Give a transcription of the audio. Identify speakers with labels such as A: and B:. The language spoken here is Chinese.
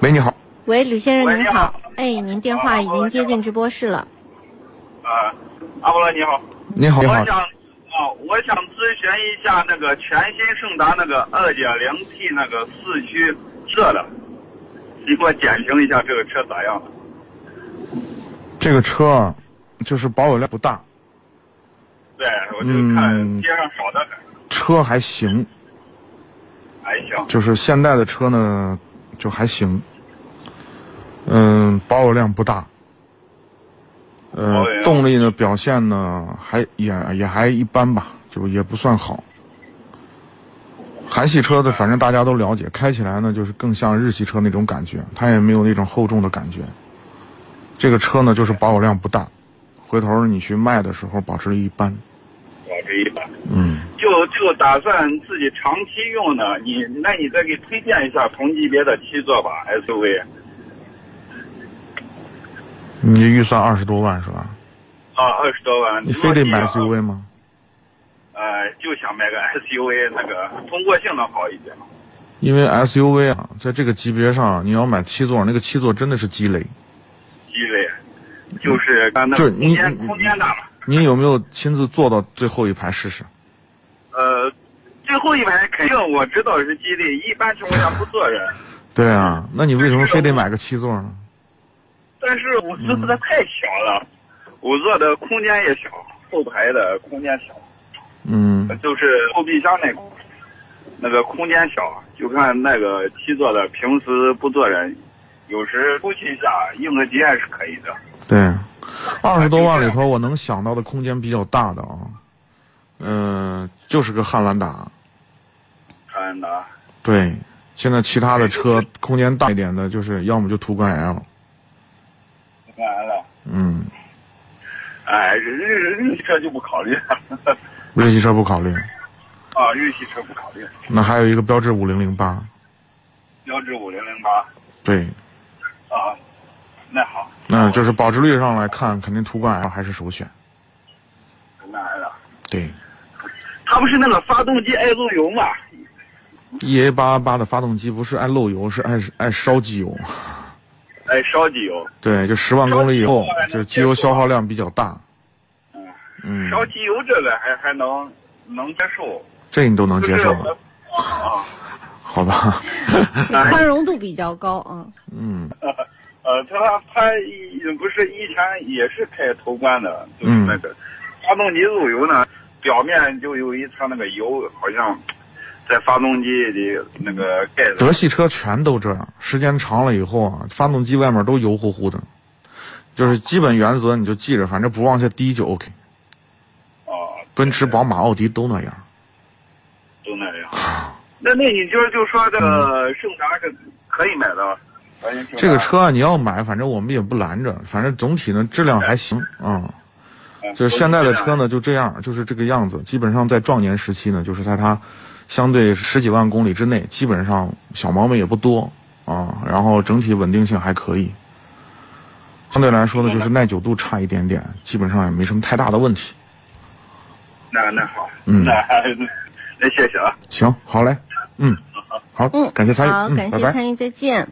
A: 喂，你好。
B: 喂，吕先
C: 喂
B: 生您
C: 你
B: 好
C: 好，
B: 哎，您电话已经接进直播 室了。
C: 啊，阿波罗你好，
A: 你好，
C: 我
A: 你好
C: 想。啊，我想咨询一下那个全新胜达那个二点零 T 那个四驱热的，你给我点评一下这个车咋样了？
A: 这个车啊就是保有量不大，
C: 对，我就看
A: 嗯
C: 街上少的很，
A: 车还行，
C: 还行。
A: 就是现在的车呢就还行。嗯，保有量不大。呃
C: 保有，量
A: 动力呢表现呢还也也还一般吧，就也不算好。韩系车的反正大家都了解，开起来呢就是更像日系车那种感觉，它也没有那种厚重的感觉。这个车呢就是保有量不大，回头你去卖的时候保持一般。
C: 我这一般，
A: 嗯，
C: 就就打算自己长期用呢。你那你再给推荐一下同级别的七座吧 SUV。
A: 你预算二十多万是吧？
C: 啊，二十多万。
A: 你非得买
C: 如果你要
A: SUV 吗？
C: 呃，就想买个 SUV，那个通过性能好一点。
A: 因为 SUV 啊，在这个级别上，你要买七座，那个七座真的是鸡肋。
C: 积累，就是刚那
A: 就是
C: 空
A: 你
C: 间
A: 你
C: 空间大嘛。
A: 你有没有亲自坐到最后一排试试？
C: 呃，最后一排肯定我知道是基地，一般情况下不坐人。
A: 对啊，那你为什么非得买个七座呢？
C: 但是我坐
A: 嗯
C: 的太小了，我坐的空间也小，后排的空间小，
A: 嗯，
C: 就是后备箱那块儿那个空间小，就看那个七座的，平时不坐人，有时出去一下应个急还是可以的。
A: 对，二十多万里头，我能想到的空间比较大的啊，嗯、就是个汉兰达。
C: 看呐，
A: 对，现在其他的车空间大一点的，就是要么就途观 L，
C: 看完了，
A: 嗯，
C: 哎，日日日系车就不考虑了，
A: 日系车不考虑。
C: 啊，日系车不考虑，
A: 那还有一个标致五零零八，
C: 标致五零零八。
A: 对，
C: 啊，那好，
A: 那就是保值率上来看，肯定途观 L 还是首选。
C: 那来了。
A: 对
C: 它不是那个发动机爱漏油嘛？
A: ，EA E 八八的发动机不是爱漏油，是爱爱烧机油。
C: 哎，烧机油，
A: 对，就十万公里以后
C: 烧机油啊，
A: 这机油消耗量比较大。嗯，
C: 烧机油这个还还能能接受，
A: 这你都能
C: 就
A: 接
C: 是
A: 受
C: 我
A: 啊，好吧？哎
B: 宽容度比较高啊。
A: 嗯
C: 呃，他他不是以前也是开头冠的，就是
A: 嗯
C: 那个、发动机漏油呢，表面就有一层那个油，好像在发动机里那个盖子
A: 德系车全都这样，时间长了以后啊，发动机外面都油乎乎的。就是基本原则，你就记着，反正不往下滴就 OK。
C: 啊，
A: 奔驰、宝马、奥迪都那样。
C: 都那样。那那你就就说这个胜达是可以买的，反正
A: 这个车啊，你要买，反正我们也不拦着，反正总体呢质量还行啊、
C: 嗯
A: 就是现在的车呢就这样，就是这个样子，基本上在壮年时期呢，就是在它相对十几万公里之内，基本上小毛病也不多啊，然后整体稳定性还可以。相对来说呢，就是耐久度差一点点，基本上也没什么太大的问题。
C: 那那好，
A: 嗯
C: 那那谢谢啊。
A: 行，好嘞，嗯，好，
B: 嗯，
A: 感谢参与，
B: 好，
A: 嗯
B: 感
A: 拜
B: 谢
A: 拜。
B: 参与，再见。